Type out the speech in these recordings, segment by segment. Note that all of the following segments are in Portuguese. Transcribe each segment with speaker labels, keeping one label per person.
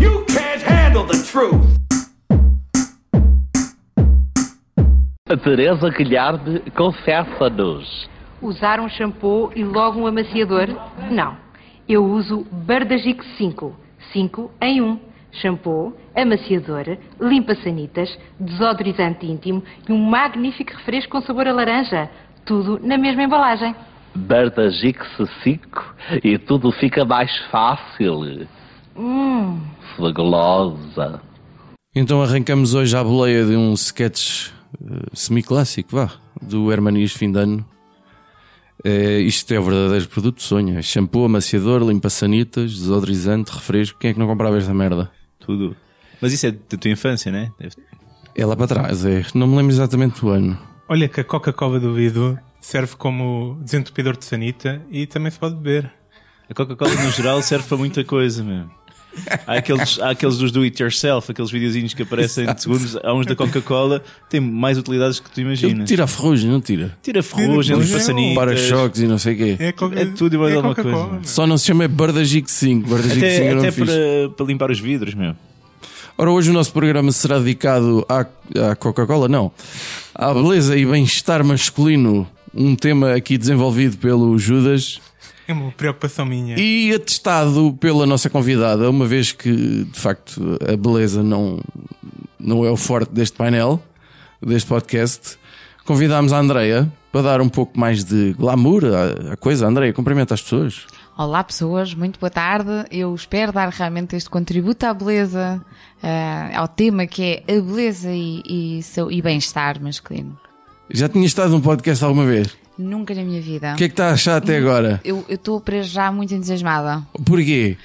Speaker 1: You can't handle the truth.
Speaker 2: A Teresa Guilherme confessa-nos.
Speaker 3: Usar um shampoo e logo um amaciador? Não. Eu uso Bardagic 5. 5 em 1. Shampoo, amaciador, limpa-sanitas, desodorizante íntimo e um magnífico refresco com sabor a laranja. Tudo na mesma embalagem.
Speaker 2: Bardagique-se 5 e tudo fica mais fácil.
Speaker 3: Hum.
Speaker 2: Fagulosa.
Speaker 4: Então arrancamos hoje à boleia de um sketch eh, semi-clássico, vá, do Hermanis Fim de Ano. Eh, isto é o verdadeiro produto de sonho. é Shampoo, amaciador, limpa-sanitas, desodorizante, refresco. Quem é que não comprava esta merda?
Speaker 5: Tudo. Mas isso é da tua infância, né? Deve-
Speaker 4: É lá para trás, é. Não me lembro exatamente do ano.
Speaker 6: Olha que a Coca-Cola do vidro serve como desentupidor de sanita e também se pode beber.
Speaker 5: A Coca-Cola no geral serve para muita coisa, mesmo. Há aqueles, há aqueles dos do it yourself, aqueles videozinhos que aparecem de segundos. Há uns da Coca-Cola, tem mais utilidades que tu
Speaker 4: Ele
Speaker 5: imaginas.
Speaker 4: tira a ferrugem, não tira?
Speaker 5: Tira ferrugem, limpa
Speaker 6: Tira ferrugem.
Speaker 5: sanitas.
Speaker 4: é um Para-choques e não sei o quê.
Speaker 6: a Coca-
Speaker 5: um É tudo e mais
Speaker 6: é a
Speaker 5: alguma
Speaker 6: Coca-Cola,
Speaker 5: coisa.
Speaker 6: meu.
Speaker 4: Só não se chama Bardagique 5. Bardagique 5
Speaker 5: Até,
Speaker 4: eu não
Speaker 5: até
Speaker 4: fiz.
Speaker 5: para, para limpar os vidros, meu.
Speaker 4: Ora, hoje o nosso programa será dedicado à, à Coca-Cola, não, à beleza e bem-estar masculino, um tema aqui desenvolvido pelo Judas
Speaker 6: É uma preocupação minha.
Speaker 4: e atestado pela nossa convidada, uma vez que, de facto, a beleza não, não é o forte deste painel, deste podcast. Convidámos a Andreia para dar um pouco mais de glamour à, à coisa. Andreia, cumprimenta as pessoas.
Speaker 7: Olá pessoas, muito boa tarde. Eu espero dar realmente este contributo à beleza, ah, ao tema que é a beleza e, e, sau- e bem-estar masculino.
Speaker 4: Já tinha estado num podcast alguma vez?
Speaker 7: Nunca na minha vida.
Speaker 4: O que é que está a achar até agora?
Speaker 7: Eu eu estou para já muito entusiasmada.
Speaker 4: Porquê?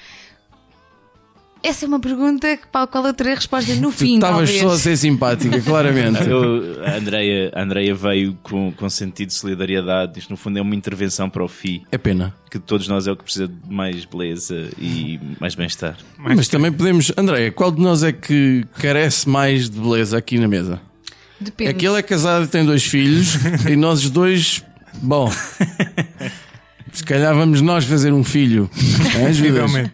Speaker 7: Essa é uma pergunta que- para a qual eu terei resposta no
Speaker 4: Tu
Speaker 7: fim,
Speaker 4: estavas
Speaker 7: talvez.
Speaker 4: só a ser simpática, claramente.
Speaker 5: Eu, a, Andreia, a Andreia veio com, com sentido de solidariedade. Isto, no fundo, é uma intervenção para o FI,
Speaker 4: É pena.
Speaker 5: que de todos nós é o que precisa de mais beleza e mais bem-estar.
Speaker 4: Mas, também podemos. Andréia, qual de nós é que carece mais de beleza aqui na mesa?
Speaker 7: Depende.
Speaker 4: É que ele é casado e tem dois filhos, e nós os dois. Bom. Se calhar vamos nós fazer um filho. Hein, Judas?
Speaker 6: Possivelmente.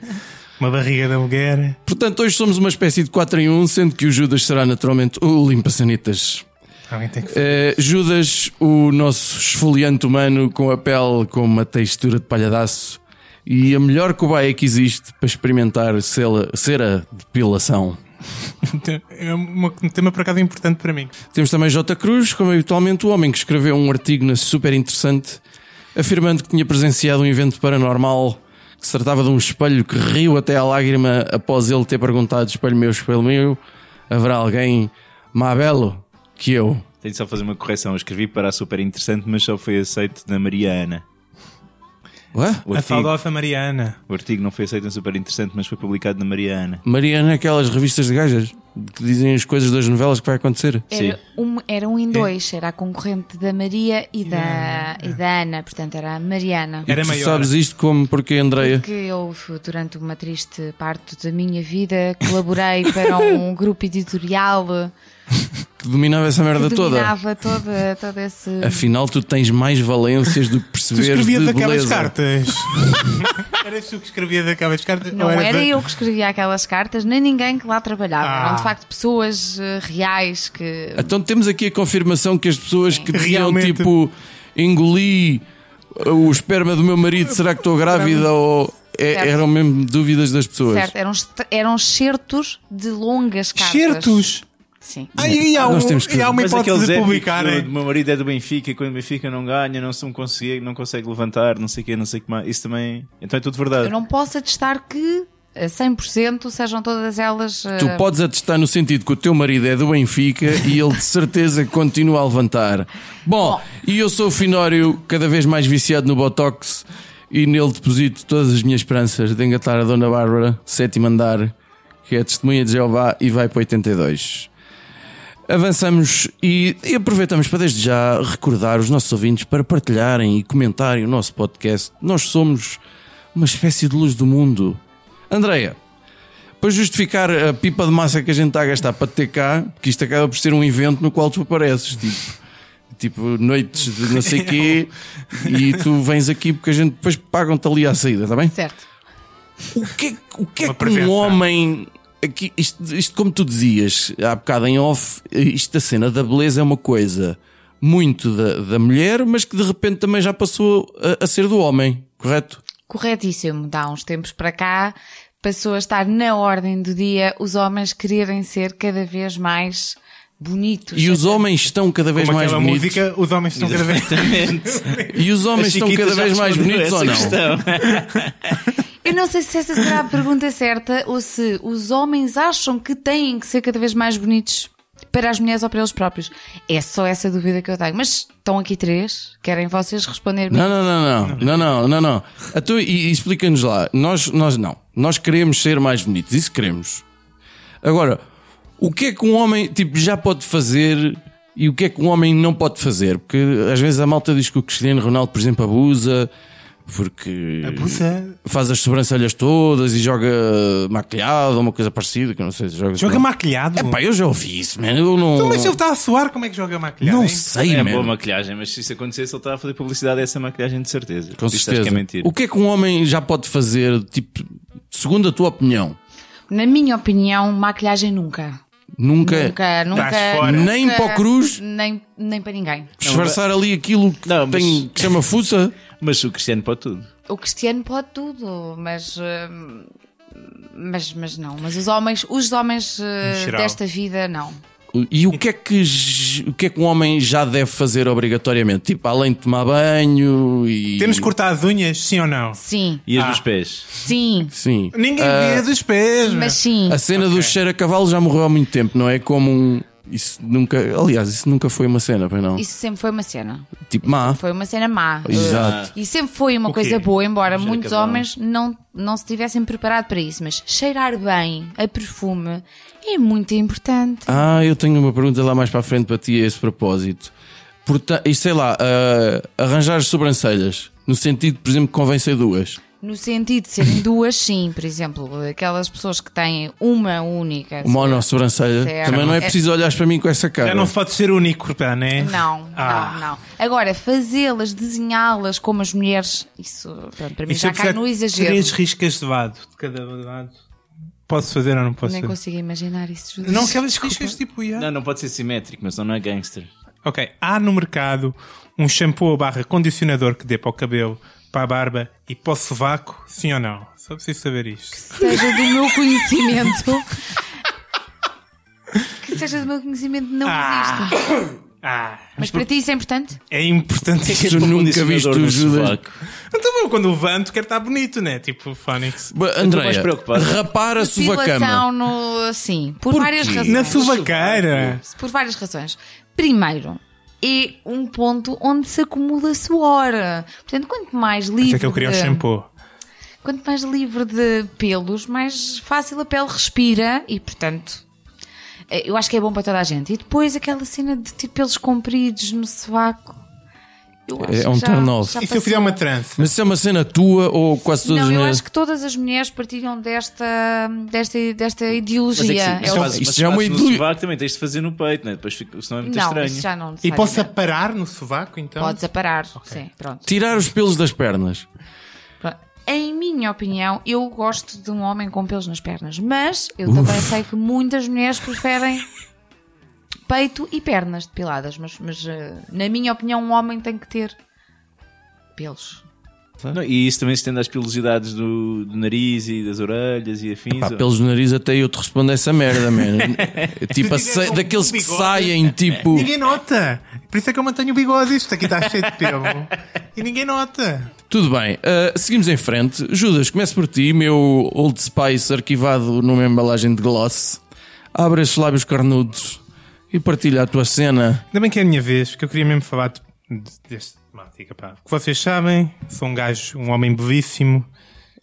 Speaker 6: Uma barriga da mulher.
Speaker 4: Portanto, hoje somos uma espécie de 4 em 1, sendo que o Judas será naturalmente o limpa-sanitas.
Speaker 6: Alguém tem que fazer.
Speaker 4: Eh, Judas, o nosso esfoliante humano com a pele com uma textura de palhadaço e a melhor cobaia que existe para experimentar cera, cera depilação.
Speaker 6: É uma- um tema por acaso importante para mim.
Speaker 4: Temos também J. Cruz, como é habitualmente, o homem que escreveu um artigo na super interessante afirmando que tinha presenciado um evento paranormal que se tratava de um espelho que riu até à lágrima após ele ter perguntado: espelho meu, espelho meu, haverá alguém mais belo que eu?
Speaker 5: Tenho só de fazer uma correção. Eu escrevi para a super interessante, mas só foi aceito na Mariana.
Speaker 4: Ué?
Speaker 5: O
Speaker 6: a
Speaker 5: artigo,
Speaker 6: saudosa Mariana.
Speaker 5: o artigo não foi aceito na super interessante, mas foi publicado na Mariana.
Speaker 4: Mariana, é aquelas revistas de gajas que dizem as coisas das novelas que vai acontecer.
Speaker 5: Sim.
Speaker 7: Era um, era um em dois, era a concorrente da Maria e da, e da Ana, portanto era a Mariana.
Speaker 6: Era
Speaker 4: tu
Speaker 6: maior.
Speaker 4: sabes isto como porque, Andreia?
Speaker 7: Porque eu, durante uma triste parte da minha vida, colaborei para um grupo editorial
Speaker 4: Que dominava essa merda
Speaker 7: que
Speaker 4: toda.
Speaker 7: dominava toda, todo esse.
Speaker 4: Afinal, tu tens mais valências do que
Speaker 6: Tu
Speaker 4: perceber
Speaker 6: escrevias
Speaker 4: de
Speaker 6: aquelas
Speaker 4: beleza.
Speaker 6: cartas. Eras tu que escrevias aquelas cartas?
Speaker 7: Não
Speaker 6: Ou
Speaker 7: era
Speaker 6: da-
Speaker 7: eu que escrevia aquelas cartas, nem ninguém que lá trabalhava.
Speaker 6: Ah.
Speaker 7: Eram de facto pessoas eh, reais que.
Speaker 4: Então temos aqui a confirmação que as pessoas que diziam
Speaker 6: Realmente.
Speaker 4: tipo engoli uh, o esperma do meu marido, será que estou grávida? Ou é-
Speaker 7: Certo.
Speaker 4: eram mesmo dúvidas das pessoas.
Speaker 7: Certo, eram, est- eram certos de longas cartas.
Speaker 6: Certos.
Speaker 7: Sim.
Speaker 6: Aí há,
Speaker 4: Nós
Speaker 6: um-
Speaker 4: temos que-
Speaker 6: e há uma
Speaker 5: mas
Speaker 6: hipótese de
Speaker 5: épicos
Speaker 6: publicar. eh,
Speaker 5: do-
Speaker 4: né?
Speaker 6: hein?
Speaker 5: do meu marido é do Benfica e quando o Benfica não ganha, não, se não, consegue, não consegue levantar, não sei o quê, não sei o que mais. Isso também. Então é tudo
Speaker 7: Eu
Speaker 5: verdade.
Speaker 7: não posso atestar que a 100% sejam todas elas. eh,
Speaker 4: Tu podes atestar no sentido que o teu marido é do Benfica e ele de certeza que continua a levantar. Bom, e eu sou o Finório, cada vez mais viciado no Botox e nele deposito todas as minhas esperanças de engatar a Dona Bárbara, sétimo andar, que é testemunha de Jeová e vai para 82. Avançamos e, e aproveitamos para desde já recordar os nossos ouvintes para partilharem e comentarem o nosso podcast. Nós somos uma espécie de luz do mundo. Andreia, para justificar a pipa de massa que a gente está a gastar para ter cá, que isto acaba por ser um evento no qual tu apareces, tipo, tipo noites de não sei quê, e tu vens aqui porque a gente depois pagam-te ali à saída, está bem?
Speaker 7: Certo.
Speaker 4: O que, é que- o que é
Speaker 6: Uma
Speaker 4: que um
Speaker 6: prevenção.
Speaker 4: homem. Aqui, isto, isto, como tu dizias há bocado em off, isto da cena da beleza é uma coisa muito da, da mulher, mas que de repente também já passou a, a ser do homem, correto?
Speaker 7: Corretíssimo. Dá uns tempos para cá passou a estar na ordem do dia os homens quererem ser cada vez mais bonitos.
Speaker 4: E os homens estão cada vez
Speaker 6: é. Como
Speaker 4: mais
Speaker 6: aquela
Speaker 4: bonitos.
Speaker 6: música, os homens estão cada vez
Speaker 4: E os homens
Speaker 5: As
Speaker 4: estão cada
Speaker 5: Chiquitas já
Speaker 4: vez mais
Speaker 5: responderam
Speaker 4: bonitos
Speaker 5: essa
Speaker 4: ou não?
Speaker 5: questão.
Speaker 7: Eu não sei se essa será a pergunta certa ou se os homens acham que têm que ser cada vez mais bonitos para as mulheres ou para eles próprios. É só essa dúvida que eu tenho. Mas estão aqui três, querem vocês responder-me?
Speaker 4: Não, não, não, não, não, não, não, não. Então, e, e explica-nos lá. Nós, nós não. Nós queremos ser mais bonitos, isso queremos. Agora, o que é que um homem tipo, já pode fazer e o que é que um homem não pode fazer? Porque às vezes a malta diz que o Cristiano Ronaldo, por exemplo, abusa porque
Speaker 6: Abusa.
Speaker 4: faz as sobrancelhas todas e joga maquilhado ou uma coisa parecida, que eu não sei se joga.
Speaker 6: Joga maquilhado.
Speaker 4: É pá, eu já ouvi isso, man. Eu não.
Speaker 6: Então, mas ele está a suar, como é que joga maquilhado?
Speaker 4: não
Speaker 6: hein?
Speaker 4: sei,
Speaker 5: É
Speaker 4: man.
Speaker 5: boa maquilhagem, mas se isso acontecesse, ele estava a fazer publicidade a essa maquilhagem de certeza.
Speaker 4: Com
Speaker 5: Isso acho
Speaker 4: certeza.
Speaker 5: que é mentira.
Speaker 4: O que é que um homem já pode fazer, tipo, segundo a tua opinião?
Speaker 7: Na minha opinião, maquilhagem nunca.
Speaker 4: Nunca,
Speaker 7: Nunca, nunca.
Speaker 6: fora.
Speaker 7: nunca-
Speaker 4: Nem para o Cruz?
Speaker 7: Nem, nem para ninguém.
Speaker 4: disfarçar ali aquilo que,
Speaker 5: Não, mas-
Speaker 4: tem, que chama fuça?
Speaker 5: Mas o Cristiano pode tudo.
Speaker 7: O Cristiano pode tudo, mas. hum, Mas, mas não, mas os homens, os homens eh,
Speaker 6: Em geral.
Speaker 7: desta vida não.
Speaker 4: E o que, é que, j- o que é que um homem já deve fazer obrigatoriamente? Tipo, além de tomar banho e.
Speaker 6: Temos que cortar as unhas, sim ou não?
Speaker 7: Sim,
Speaker 5: E as
Speaker 6: Ah.
Speaker 5: dos pés.
Speaker 7: sim,
Speaker 4: Sim.
Speaker 6: Ninguém
Speaker 4: Ah,
Speaker 6: vê dos pés. meu.
Speaker 7: mas sim.
Speaker 4: A cena do cheiro a cavalo já morreu há muito tempo, não é? Como um. Isso nunca. Aliás, isso nunca foi uma cena, pois não?
Speaker 7: Isso sempre foi uma cena.
Speaker 4: tipo, má.
Speaker 7: Foi uma cena má.
Speaker 4: Exato.
Speaker 7: E sempre foi uma
Speaker 6: O quê?
Speaker 7: coisa boa, embora
Speaker 5: Já
Speaker 7: muitos
Speaker 5: acabaram.
Speaker 7: homens não, não se tivessem preparado para isso. Mas cheirar bem a perfume é muito importante.
Speaker 4: Ah, eu tenho uma pergunta lá mais para a frente para ti a esse propósito. Porta- e sei lá, ah, arranjar sobrancelhas, no sentido, por exemplo, que convém ser duas.
Speaker 7: No sentido de serem duas, sim, por exemplo, aquelas pessoas que têm uma única.
Speaker 4: Uma monossobrancelha.
Speaker 7: Certo.
Speaker 4: Também não é
Speaker 7: É-
Speaker 4: preciso olhares para mim com essa cara.
Speaker 6: Já não se pode ser único, tá, né?
Speaker 7: Não,
Speaker 6: Ah.
Speaker 7: não, não. Agora, fazê-las, desenhá-las como as mulheres, isso pronto, para mim
Speaker 6: E se
Speaker 7: já
Speaker 6: eu
Speaker 7: cai
Speaker 6: fizer
Speaker 7: no exagero.
Speaker 6: Três riscas de lado, de cada lado. Posso fazer ou não posso
Speaker 7: Nem
Speaker 6: fazer?
Speaker 7: consigo imaginar isso.
Speaker 6: Não, aquelas riscas tipo. Yeah.
Speaker 5: Não, não pode ser simétrico, mas não é gangster.
Speaker 6: Ok, há no mercado um shampoo barra condicionador que dê para o cabelo, para a barba e para o sovaco, sim ou não? Só preciso saber isto.
Speaker 7: que seja do meu conhecimento. que seja do meu conhecimento, não
Speaker 6: Ah.
Speaker 7: existe.
Speaker 6: Ah,
Speaker 7: Mas para ti isso é importante?
Speaker 6: é importante.
Speaker 4: Tu
Speaker 5: Este
Speaker 4: nunca
Speaker 5: condicionador
Speaker 4: viste
Speaker 5: no
Speaker 4: o Judas.
Speaker 5: sovaco.
Speaker 6: Então eu quando levanto quero estar bonito, né? Tipo Phonics.
Speaker 4: Ba- Andréia,
Speaker 5: preocupada.
Speaker 4: rapar a sua cama.
Speaker 7: Depilação no. Sim, por
Speaker 4: Porquê?
Speaker 7: várias razões.
Speaker 6: Na suvaqueira.
Speaker 7: Por várias razões. Primeiro, é um ponto onde se acumula suor. Portanto, quanto mais livre.
Speaker 6: Isso é que eu queria o
Speaker 7: de-
Speaker 6: shampoo.
Speaker 7: Quanto mais livre de pelos, mais fácil a pele respira e, portanto, eh, eu acho que é bom para toda a gente. E depois aquela cena de ter pelos compridos no sovaco. eu acho
Speaker 4: É um
Speaker 7: que já-
Speaker 4: turn-off.
Speaker 7: já
Speaker 6: E se eu fizer
Speaker 7: passou.
Speaker 6: uma trança?
Speaker 4: Mas isso é uma cena tua ou quase todas
Speaker 7: Não, eu
Speaker 4: mulheres?
Speaker 7: acho que todas as mulheres partilham desta, desta, desta
Speaker 5: Mas é que
Speaker 7: ideologia.
Speaker 5: sim,
Speaker 7: É
Speaker 5: mas
Speaker 7: o-
Speaker 4: uma-
Speaker 5: fazes-
Speaker 4: isto
Speaker 5: mas
Speaker 4: já é uma
Speaker 5: fazes no
Speaker 4: ideologia.
Speaker 5: sovaco também tens de fazer no peito, né? Depois fica, senão é muito
Speaker 7: Não,
Speaker 5: estranho.
Speaker 7: isso já não
Speaker 6: E posso
Speaker 7: necessariamente.
Speaker 6: aparar no sovaco, então?
Speaker 7: Podes aparar, sim, pronto.
Speaker 4: Tirar os pelos das pernas.
Speaker 7: Pronto. Em minha opinião, eu gosto de um homem com pelos nas pernas, mas eu também sei que muitas mulheres preferem peito e pernas depiladas, mas, mas, eh, na minha opinião um homem tem que ter pelos.
Speaker 5: Não, e isso também se estende às pilosidades do, do nariz e das orelhas e afins.
Speaker 4: Pá,
Speaker 5: ou-
Speaker 4: pelos do nariz até eu te respondo essa merda, man. tipo, a
Speaker 6: Se tiver
Speaker 4: sa-
Speaker 6: um
Speaker 4: daqueles que
Speaker 6: bigode-
Speaker 4: saem, tipo...
Speaker 6: Ninguém nota. Por isso é que eu mantenho o bigode. Isto aqui está cheio de pelo. e ninguém nota.
Speaker 4: Tudo bem, ah, seguimos em frente. Judas, começo por ti, meu Old Spice arquivado numa embalagem de gloss. Abre esses lábios carnudos e partilha a tua cena.
Speaker 6: Ainda bem que é a minha vez, porque eu queria mesmo falar de, de- desta temática, pá. Como vocês sabem, sou um gajo, um homem belíssimo.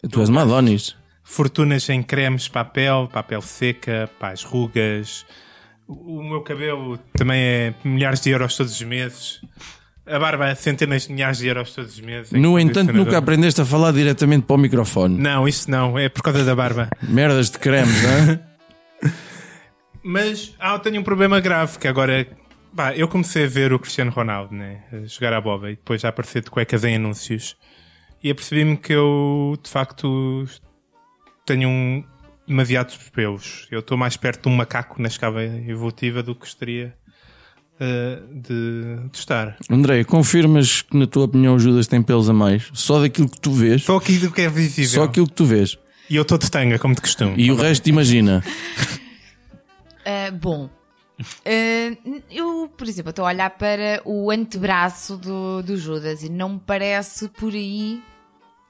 Speaker 4: Tu és Madonis.
Speaker 6: Fortunas em cremes para a pele, para a pele seca, para as rugas. O o meu cabelo também é milhares de euros todos os meses. a barba a centenas de milhares de euros todos os meses. É em
Speaker 4: No entanto,
Speaker 6: condicionador.
Speaker 4: nunca aprendeste a falar diretamente para o microfone.
Speaker 6: Não, isso não, é por causa da barba.
Speaker 4: Merdas de cremes, não é?
Speaker 6: Mas ah, eu tenho um problema grave que agora. Pá, eu comecei a ver o Cristiano Ronaldo, né? a Jogar à boba e depois já aparecer de cuecas em anúncios. E apercebi-me que eu, de facto, tenho um demasiados pelos. Eu estou mais perto de um macaco na escala evolutiva do que gostaria eh, de, de estar.
Speaker 4: André, confirmas que, na tua opinião, o Judas tem pelos a mais? Só daquilo que tu vês?
Speaker 6: Só aqui do que é visível.
Speaker 4: Só aquilo que tu vês.
Speaker 6: E eu estou de tanga, como de costume.
Speaker 4: E o resto, imagina.
Speaker 7: Ah, bom. Ah, eu, por exemplo, estou a olhar para o antebraço do, do Judas e não me parece por aí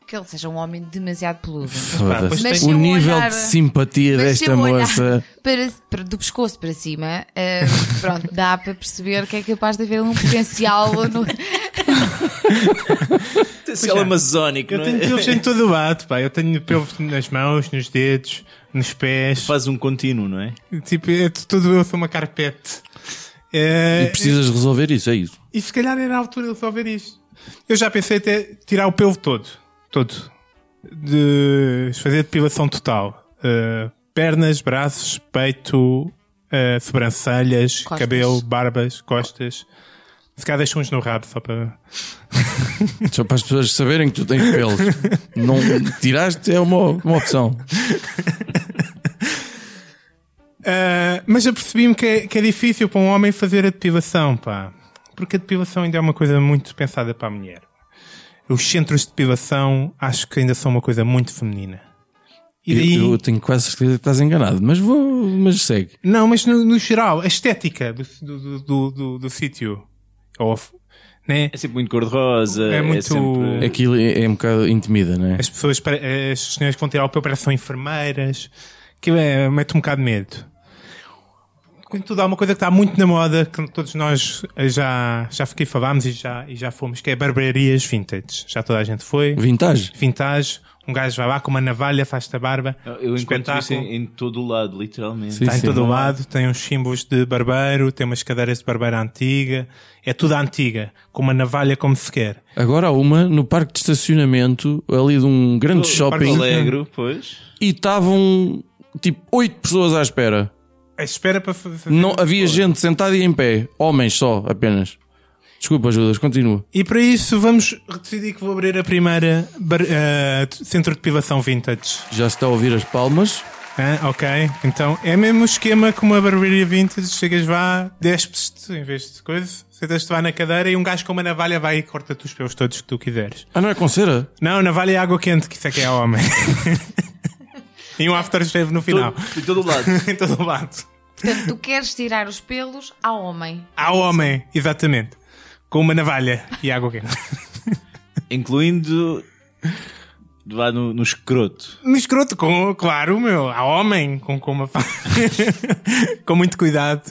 Speaker 7: que ele seja um homem demasiado peludo.
Speaker 4: Foda-se.
Speaker 7: Mas
Speaker 4: O
Speaker 7: se eu
Speaker 4: nível
Speaker 7: olhar-
Speaker 4: de simpatia
Speaker 7: Mas se
Speaker 4: desta
Speaker 7: eu olhar
Speaker 4: moça.
Speaker 7: para- para- do pescoço para cima, ah, pronto, dá para perceber que é capaz de haver um potencial no,
Speaker 5: Potencial amazónico,
Speaker 6: Eu
Speaker 5: é não
Speaker 6: tenho
Speaker 5: é?
Speaker 6: pelos em todo o lado, pá. Eu tenho pelos nas mãos, nos dedos, nos pés.
Speaker 5: Faz um contínuo, não é?
Speaker 6: Tipo, é tu- tudo eu sou uma carpete.
Speaker 4: E
Speaker 6: É,
Speaker 4: precisas resolver isso, é isso.
Speaker 6: e se calhar era a altura de resolver isto. Eu já pensei até tirar o pelo todo. Todo. De fazer depilação total. Uh, pernas, braços, peito, uh, sobrancelhas,
Speaker 7: Costas.
Speaker 6: cabelo, barbas, costas. Se calhar deixo uns no rabo só para.
Speaker 4: Só para as pessoas saberem que tu tens pelos. Não tiraste é uma, uma opção.
Speaker 6: Uh, mas eu percebi-me que, é, que é difícil para um homem fazer a depilação, pá. Porque a depilação ainda é uma coisa muito pensada para a mulher. Os centros de depilação acho que ainda são uma coisa muito feminina. E daí...
Speaker 4: Eu, eu tenho quase certeza que estás enganado, mas vou, mas segue.
Speaker 6: Não, mas no, no geral, a estética do, do, do, do, do, do sítio. Ou, né?
Speaker 5: É sempre muito cor-de-rosa.
Speaker 6: É muito-
Speaker 5: sempre-
Speaker 4: Aquilo é, é um bocado intimida, não é?
Speaker 6: As pessoas, pare- as senhoras que vão tirar o pelo parecem enfermeiras. Aquilo é, mete um bocado de medo. Contudo, há uma coisa que está muito na moda, que todos nós eh, já, já aqui falámos e já, e já fomos, que é barbearias vintage. Já toda a gente foi.
Speaker 4: Vintage.
Speaker 6: Vintage. Um gajo vai lá com uma navalha, faz-te a barba.
Speaker 5: Eu encontro isso em, em todo o lado, literalmente.
Speaker 4: Sim,
Speaker 6: Está em
Speaker 4: sim.
Speaker 6: todo o lado, tem uns símbolos de barbeiro, tem umas cadeiras de barbeiro antiga, é tudo antiga, com uma navalha como se quer.
Speaker 4: Agora há uma no parque de estacionamento ali de um grande
Speaker 6: Parque
Speaker 4: shopping
Speaker 5: Alegro, pois.
Speaker 4: e estavam tipo oito pessoas à espera.
Speaker 6: A espera para fazer.
Speaker 4: Não havia gente sentada e em pé, homens só apenas. Desculpa, Judas, continua.
Speaker 6: E para isso vamos decidir que vou abrir a primeira bar- eh, centro de depilação vintage.
Speaker 4: Já se está a ouvir as palmas.
Speaker 6: Hã? ok, então é mesmo o esquema que uma barbearia vintage, chegas lá, despes-te em vez de coisa, sentas-te lá na cadeira e um gajo com uma navalha vai e corta-te os pelos todos que tu quiseres.
Speaker 4: Ah, não é com cera?
Speaker 6: Não, navalha é água quente, que isso é que é homem. e um aftershave no final.
Speaker 5: Todo, em todo o lado.
Speaker 6: em todo o lado.
Speaker 7: Portanto, tu queres tirar os pelos ao homem.
Speaker 6: Há homem, exatamente. Com uma navalha e água quente.
Speaker 5: Incluindo. Lá no, no escroto.
Speaker 6: No escroto, com, claro, meu. Há homem com, com uma fa- Com muito cuidado.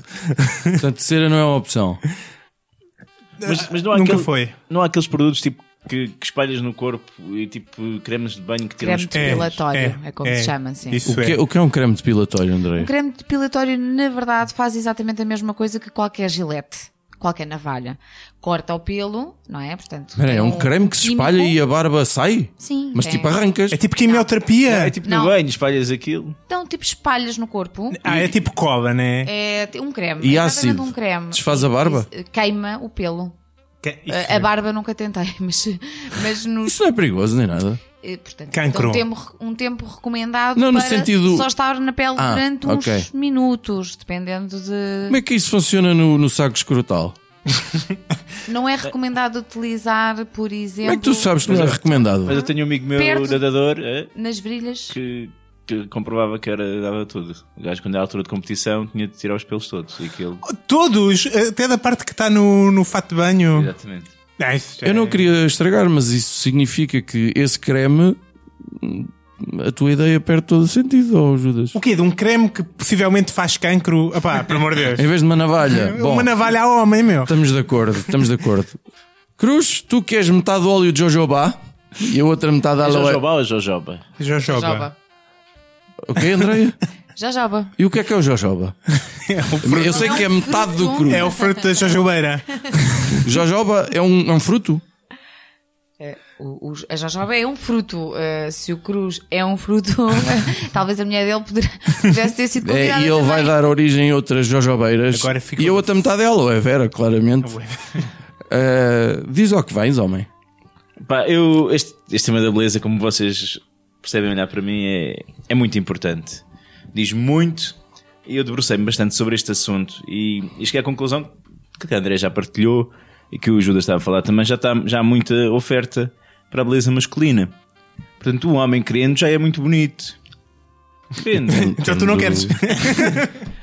Speaker 4: Portanto, cera não é uma opção.
Speaker 5: Mas, mas não há
Speaker 6: Nunca
Speaker 5: aquele-
Speaker 6: foi.
Speaker 5: Não há aqueles produtos tipo que, que espalhas no corpo e tipo cremes de banho que tiram
Speaker 7: Creme
Speaker 5: os
Speaker 7: depilatório, é, como se chama, sim.
Speaker 6: Isso
Speaker 4: O que,
Speaker 6: é.
Speaker 4: é, o que é um creme depilatório, André?
Speaker 7: O creme depilatório, na verdade, faz exatamente a mesma coisa que qualquer gilete, qualquer navalha. Corta o pelo, não é? Portanto,
Speaker 4: Espera aí, é um creme que se espalha e a barba sai?
Speaker 7: Sim,
Speaker 4: Mas
Speaker 7: tem.
Speaker 4: tipo arrancas.
Speaker 6: É tipo quimioterapia.
Speaker 5: É tipo no
Speaker 7: Não.
Speaker 5: banho, espalhas aquilo.
Speaker 7: Então, tipo, espalhas no corpo.
Speaker 6: Ah, é tipo cola, né?
Speaker 7: É um creme.
Speaker 4: E
Speaker 7: é
Speaker 4: ácido?
Speaker 7: exatamente Um creme.
Speaker 4: Desfaz a barba?
Speaker 7: Isso, eh, Queima o pelo.
Speaker 6: Que- é isso
Speaker 7: A- A barba nunca tentei, mas, mas nos.
Speaker 4: Isso não é perigoso nem nada.
Speaker 7: eh, Portanto,
Speaker 6: Cancro.
Speaker 7: um tempo, um tempo recomendado
Speaker 4: Não, no
Speaker 7: para
Speaker 4: sentido-
Speaker 7: só estar na pele
Speaker 4: Ah,
Speaker 7: durante uns
Speaker 4: ok.
Speaker 7: minutos, dependendo de.
Speaker 4: Como é que isso funciona no, no saco escrotal?
Speaker 7: Não é recomendado utilizar, por exemplo,
Speaker 4: Como é que tu sabes que não é recomendado?
Speaker 5: Mas eu tenho um amigo meu
Speaker 7: Perto-
Speaker 5: nadador é,
Speaker 7: nas virilhas.
Speaker 5: que, que comprovava que era, dava tudo. O gajo, quando era à altura de competição, tinha de tirar os pelos todos. E que ele.
Speaker 6: Todos, até da parte que está no, no fato de banho.
Speaker 5: Exatamente.
Speaker 6: Ah, isso já
Speaker 4: Eu não
Speaker 6: é-
Speaker 4: queria estragar, mas isso significa que esse creme, hum, a tua ideia perde todo o sentido, ou Judas?
Speaker 6: O quê? De um creme que possivelmente faz cancro. Ah, pá, pelo amor de Deus.
Speaker 4: Em vez de uma navalha. É Bom,
Speaker 6: Uma navalha a homem, meu.
Speaker 4: estamos de acordo, estamos de ajoelho. Cruz, tu queres metade do óleo de jojoba e a outra metade da
Speaker 6: É
Speaker 4: aloe.
Speaker 5: Jojoba ou Jojoba?
Speaker 6: Jojoba.
Speaker 7: Jojoba.
Speaker 4: Ok, Andréia?
Speaker 7: Jojoba.
Speaker 4: E o que é que é o jojoba? Eu sei que é metade do cru.
Speaker 6: É o fruto da jojobeira.
Speaker 4: Jojoba é um, é um fruto?
Speaker 7: O, o- a jojoba é um fruto. eh, se o cruz é um fruto, talvez a mulher dele poderá, pudesse ter sido
Speaker 4: É,
Speaker 7: convidada.
Speaker 4: e ele vai
Speaker 7: também.
Speaker 4: dar origem a outras jojobeiras.
Speaker 6: Agora fica-
Speaker 4: E a outra metade é aloe vera, claramente. Ah, diz ao que vens, homem.
Speaker 5: Pá, eu, este, este tema da beleza, como vocês percebem olhar para mim, é, é muito importante. Diz muito e eu debrucei-me bastante sobre este assunto e, e cheguei à conclusão que a André já partilhou e que o Judas estava a falar também, já, está, já há muita oferta para a beleza masculina. Portanto, o homem querendo já é muito bonito. Depende.
Speaker 6: Então tu não queres.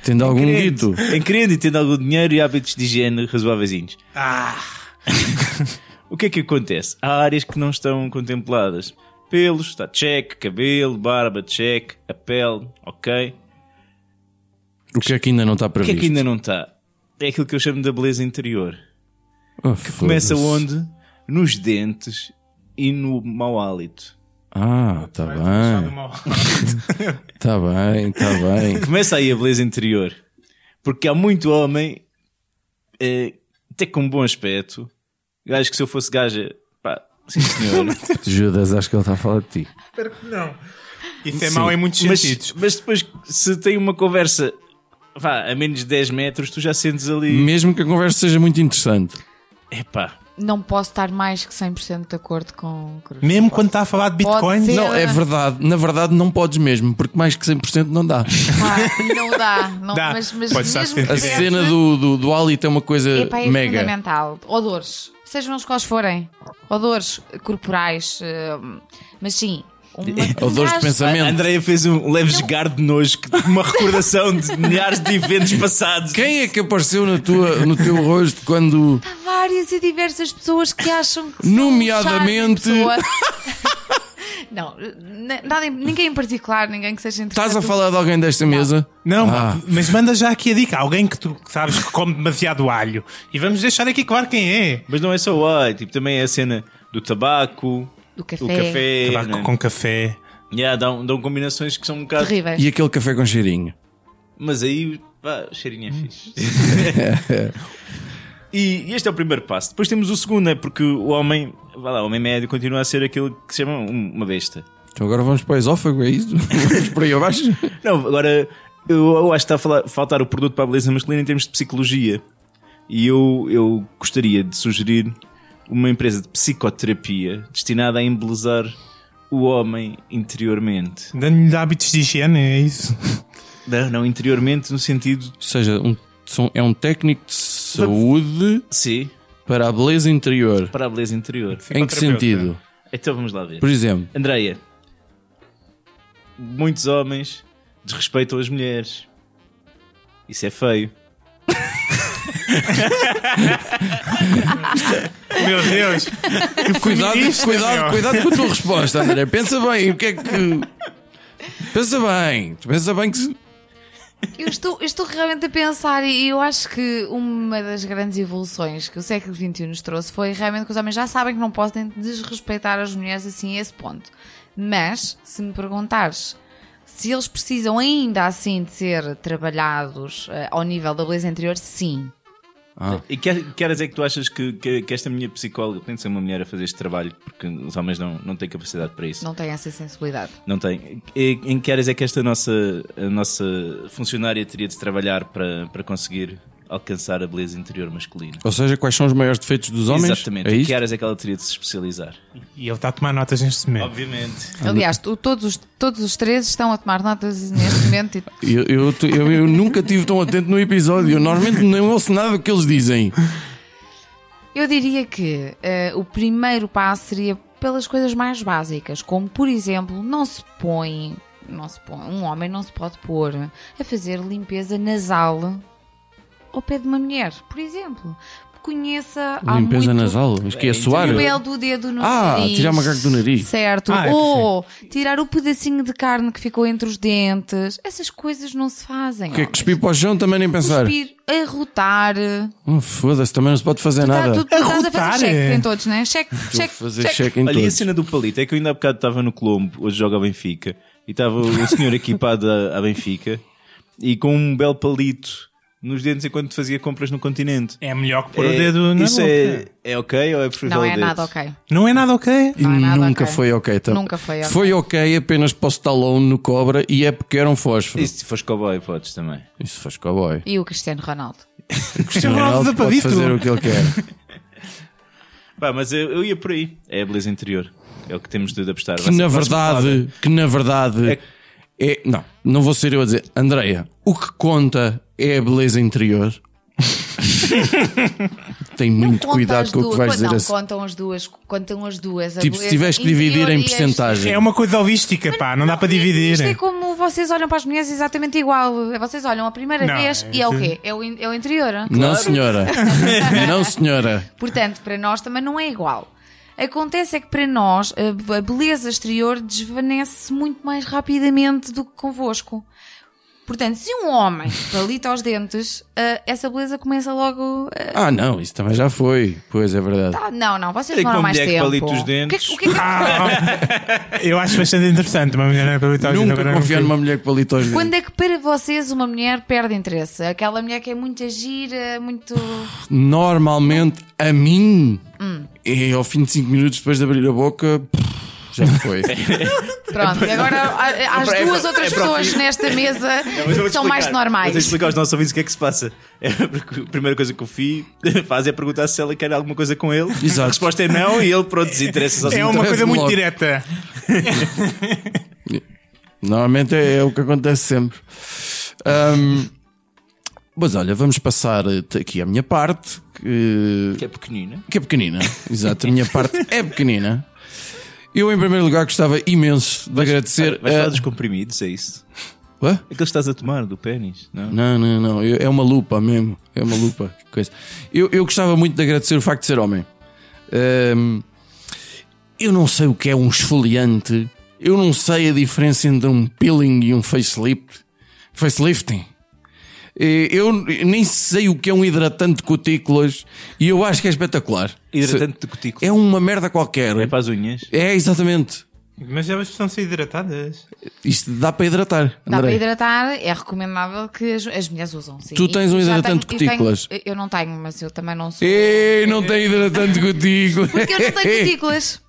Speaker 4: Tendo algum
Speaker 5: Querendo.
Speaker 4: guito.
Speaker 5: Em querendo e tendo algum dinheiro e hábitos de higiene razoáveis. Ah. o que é que acontece? Há áreas que não estão contempladas. Pelos, está check, cabelo, barba, check, a pele, ok.
Speaker 4: O que é que ainda não está
Speaker 5: O que
Speaker 4: previsto?
Speaker 5: é que ainda não está? É aquilo que eu chamo da beleza interior.
Speaker 4: Oh,
Speaker 5: Começa
Speaker 4: foda-se.
Speaker 5: onde? Nos dentes e no mau hálito.
Speaker 4: Ah, tá
Speaker 6: É
Speaker 4: bem. Tá bem, tá bem.
Speaker 5: Começa aí a beleza interior. Porque há muito homem, eh, até com bom aspecto. Gajo que se eu fosse gaja, pá, sim senhor.
Speaker 4: Judas, acho que ele está a falar de ti.
Speaker 6: Não. Isso é mau em muitos
Speaker 5: mas,
Speaker 6: sentidos.
Speaker 5: mas depois, se tem uma conversa vá, a menos de 10 metros, tu já sentes ali.
Speaker 4: Mesmo que a conversa seja muito interessante.
Speaker 5: Epá,
Speaker 7: Não posso estar mais que 100% de acordo com o cruz.
Speaker 6: Mesmo quando está a falar de
Speaker 7: Pode
Speaker 6: bitcoins.
Speaker 7: ser.
Speaker 4: Não, é verdade. Na verdade, não podes mesmo, porque mais que 100% não dá.
Speaker 7: Pá, não dá. Não,
Speaker 6: Dá.
Speaker 7: Mas, mas
Speaker 6: Pode estar
Speaker 7: mesmo
Speaker 6: a
Speaker 7: que
Speaker 4: A
Speaker 6: sentir.
Speaker 7: tivesse-
Speaker 4: cena do, do, do hálito é uma coisa
Speaker 7: Epá, é
Speaker 4: mega.
Speaker 7: fundamental. Odores, sejam os quais forem. Odores corporais. eh, Mas sim. Uma...
Speaker 4: Odores de
Speaker 7: um gajo-
Speaker 5: a
Speaker 4: pensamento.
Speaker 5: Andrea fez um leve esgarro de nojo, que- uma recordação de milhares de eventos passados.
Speaker 4: Quem é que apareceu na tua, no teu rosto quando.
Speaker 7: Há várias e diversas pessoas que acham que
Speaker 4: Nomeadamente-
Speaker 7: são um charme pessoa. Não, n- nada em- ninguém em particular, ninguém que seja interessante.
Speaker 4: Estás a falar de alguém desta mesa?
Speaker 6: Não,
Speaker 4: Ah.
Speaker 6: mas manda já aqui a dica. Alguém que tu sabes que come demasiado alho. E vamos deixar aqui claro quem é.
Speaker 5: Mas não é só o ai, tipo, também é a cena do tabaco,
Speaker 7: Do café.
Speaker 5: o café.
Speaker 6: Tabaco
Speaker 5: né?
Speaker 6: com café.
Speaker 5: Yeah, dão, dão combinações que são um bocado.
Speaker 7: Terríveis.
Speaker 4: E aquele café com cheirinho.
Speaker 5: Mas aí, pá, cheirinho é fixe. e este é o primeiro passo. Depois temos o segundo, é porque o homem, vai lá, o homem médio continua a ser aquilo que se chama um- uma besta.
Speaker 4: Então agora vamos para o esófago, é isso? Vamos por aí abaixo?
Speaker 5: Não, agora eu, eu acho que está a falar- faltar o produto para a beleza masculina em termos de psicologia. E eu, eu gostaria de sugerir uma empresa de psicoterapia destinada a embelezar o homem interiormente.
Speaker 6: Dando-lhe hábitos de higiene, é isso.
Speaker 5: Não, não interiormente no sentido
Speaker 4: Ou seja, um- são- é um técnico de saúde
Speaker 5: de si
Speaker 4: para a beleza interior.
Speaker 5: para a beleza interior.
Speaker 4: Em que sentido?
Speaker 5: Então vamos lá ver.
Speaker 4: Por exemplo,
Speaker 5: Andreia, muitos homens desrespeitam as mulheres. Isso é feio.
Speaker 6: Meu Deus.
Speaker 4: cuidado, cuidado, cuidado com a tua resposta, André. Pensa bem, o que é que. Pensa bem, pensa bem que. se-
Speaker 7: Eu estou, eu estou realmente a pensar e eu acho que uma das grandes evoluções que o século XXI nos trouxe foi realmente que os homens já sabem que não podem desrespeitar as mulheres assim a esse ponto. Mas, se me perguntares se eles precisam ainda assim de ser trabalhados eh, ao nível da beleza interior, sim.
Speaker 4: Ah.
Speaker 5: E que, que horas é que tu achas que, que, que esta minha psicóloga tem de ser uma mulher a fazer este trabalho? Porque os homens não, não têm capacidade para isso. Não,
Speaker 7: Não têm essa sensibilidade.
Speaker 5: têm. E- em que horas é que esta nossa, a nossa funcionária teria de trabalhar para, para conseguir alcançar a beleza interior masculina?
Speaker 4: Ou seja, quais são os maiores defeitos dos homens?
Speaker 5: Exatamente.
Speaker 4: É
Speaker 5: em
Speaker 4: isto?
Speaker 5: que horas é que ela teria de se especializar?
Speaker 6: E ele está a tomar notas neste momento.
Speaker 5: Obviamente.
Speaker 7: Aliás, tu- todos, os, todos os três estão a tomar notas neste momento e
Speaker 4: Eu, eu, tu- eu, eu nunca estive tão atento no episódio. Eu normalmente não ouço nada do que eles dizem.
Speaker 7: Eu diria que eh, o primeiro passo seria pelas coisas mais básicas, como por exemplo, não se põe, não se põe, um homem não se pode pôr a fazer limpeza nasal ao pé de uma mulher, por exemplo. Conheça há
Speaker 4: Limpeza
Speaker 7: muito
Speaker 4: nasal, mas que é suar.
Speaker 7: o pelo do dedo no
Speaker 4: Ah,
Speaker 7: nariz.
Speaker 4: tirar o macaco do nariz.
Speaker 7: Certo.
Speaker 6: Ah, é
Speaker 7: Ou tirar o pedacinho de carne que ficou entre os dentes. Essas coisas não se fazem.
Speaker 4: O que é que cuspir para o chão também nem pensar?
Speaker 7: Cuspir, arrotar.
Speaker 4: Oh, Foda-se, também não se pode fazer
Speaker 7: Tá,
Speaker 4: nada.
Speaker 7: tu, tu estás a
Speaker 6: Arrotar,
Speaker 7: fazer
Speaker 6: é?
Speaker 7: cheque em todos, né? Cheque,
Speaker 4: Vou
Speaker 7: cheque,
Speaker 4: fazer
Speaker 7: cheque.
Speaker 4: check em
Speaker 5: Olha, e a
Speaker 4: todos.
Speaker 5: cena do palito? É que eu ainda há bocado estava no Colombo, hoje joga a Benfica, e estava o senhor equipado a- à Benfica, e com um belo palito nos dedos enquanto fazia compras no continente.
Speaker 6: É melhor que pôr o dedo na
Speaker 5: Isso
Speaker 6: boca.
Speaker 5: é, é ok ou é preferível
Speaker 7: Não
Speaker 5: o
Speaker 7: é
Speaker 5: dedo?
Speaker 7: nada ok.
Speaker 6: Não é nada ok?
Speaker 4: E
Speaker 7: Não é nada
Speaker 4: nunca
Speaker 7: ok.
Speaker 4: foi ok também.
Speaker 7: Nunca foi ok.
Speaker 4: Foi ok apenas para o Stallone no Cobra e é porque era um fósforo.
Speaker 5: E se fores cowboy, podes também.
Speaker 4: Isso faz cowboy.
Speaker 7: E o Cristiano Ronaldo?
Speaker 6: Cristiano Ronaldo
Speaker 4: pode
Speaker 6: zapadito.
Speaker 4: fazer o que ele quer.
Speaker 5: Pá, mas eu, eu ia por aí. É a beleza interior. É o que temos de apostar.
Speaker 4: Que
Speaker 5: Vai ser
Speaker 4: na
Speaker 5: a próxima palavra.
Speaker 4: verdade, que na verdade é... Não, não vou ser eu a dizer. Andreia, o que conta é a beleza interior. Tem muito
Speaker 7: Conta
Speaker 4: cuidado
Speaker 7: as
Speaker 4: com o que
Speaker 7: duas-
Speaker 4: vais
Speaker 7: não,
Speaker 4: dizer. assim.
Speaker 7: contam as duas, contam as duas. a
Speaker 4: Tipo, se
Speaker 7: beleza
Speaker 4: tiveres que dividir
Speaker 7: interior e
Speaker 4: em
Speaker 7: a
Speaker 4: porcentagem.
Speaker 6: É uma coisa holística, pá, não dá para dividir.
Speaker 7: Isto é como vocês olham para as mulheres exatamente igual. Vocês olham a primeira
Speaker 6: Não,
Speaker 7: vez
Speaker 6: é
Speaker 7: e é o
Speaker 6: que-
Speaker 7: quê? É o, in- é o interior. não?
Speaker 4: Não, senhora. não, senhora.
Speaker 7: Portanto, para nós também não é igual. Acontece é que para nós a a beleza exterior desvanece muito mais rapidamente do que convosco. Portanto, se um homem palita aos dentes, ah, essa beleza começa logo. ah,
Speaker 4: Ah, não, isso também já foi. Pois é verdade.
Speaker 7: ah, não, não, vocês
Speaker 5: É que
Speaker 7: demoram
Speaker 5: uma
Speaker 7: mais
Speaker 5: mulher que
Speaker 7: tempo.
Speaker 5: palita os
Speaker 7: O que é que-
Speaker 5: dentes-
Speaker 7: o que é que-
Speaker 6: Ah, eu acho bastante interessante é uma mulher para evitar
Speaker 4: Nunca confiar numa mulher que palita aos
Speaker 7: Quando
Speaker 4: dedos.
Speaker 7: é que para vocês uma mulher perde interesse? Aquela mulher que é muito gira, muito.
Speaker 4: Normalmente, a mim,
Speaker 7: Hum.
Speaker 4: é ao fim de 5 minutos depois de abrir a boca, pff, já foi.
Speaker 7: Pronto, e agora há- há as
Speaker 5: É
Speaker 7: duas
Speaker 5: para-
Speaker 7: outras
Speaker 5: é para o
Speaker 7: pessoas
Speaker 5: fim.
Speaker 7: nesta mesa
Speaker 5: Não, mas eu vou-te explicar.
Speaker 7: são mais
Speaker 5: Eu Tenho que
Speaker 7: normais.
Speaker 5: explicar aos nossos ouvintes o que é que se passa. É porque a primeira coisa que o Fi faz é perguntar se ela quer alguma coisa com ele.
Speaker 4: Exato.
Speaker 5: A resposta é não e ele, pronto, desinteressa só
Speaker 6: É
Speaker 5: se
Speaker 6: uma coisa
Speaker 4: Parece-me
Speaker 6: muito
Speaker 4: logo.
Speaker 6: direta.
Speaker 4: Normalmente é, é o que acontece sempre. Ahm, mas olha, vamos passar aqui à minha parte, que,
Speaker 5: é pequenina.
Speaker 4: que é pequenina. Exato, a minha parte é pequenina. Eu, em primeiro lugar, gostava imenso de agradecer.
Speaker 5: Vais falar
Speaker 4: a-
Speaker 5: dos comprimidos, é isso?
Speaker 4: Hã?
Speaker 5: Aqueles que estás a tomar do pênis, não?
Speaker 4: Não, não, não. Eu- É uma lupa mesmo. É uma lupa. Que coisa. Eu, eu gostava muito de agradecer o facto de ser homem. Ahm, eu não sei o que é um esfoliante. Eu não sei a diferença entre um peeling e um facelift. Facelifting. Eh, Eu nem sei o que é um hidratante de cutículas e eu acho que é espetacular.
Speaker 5: Hidratante de cutícula.
Speaker 4: É uma merda qualquer.
Speaker 5: É para as unhas.
Speaker 4: É, exatamente.
Speaker 6: Mas elas precisam ser hidratadas.
Speaker 4: Isto dá para hidratar.
Speaker 7: Dá para
Speaker 4: Andrei.
Speaker 7: hidratar, é recomendável que as, as mulheres usam. Sim.
Speaker 4: Tu tens um
Speaker 7: Já
Speaker 4: hidratante
Speaker 7: tenho-
Speaker 4: de cutículas?
Speaker 7: Eu, tenho- eu não tenho, mas eu também não sou.
Speaker 4: Ei, não tem hidratante de cutículas.
Speaker 7: Porque eu não tenho cutículas.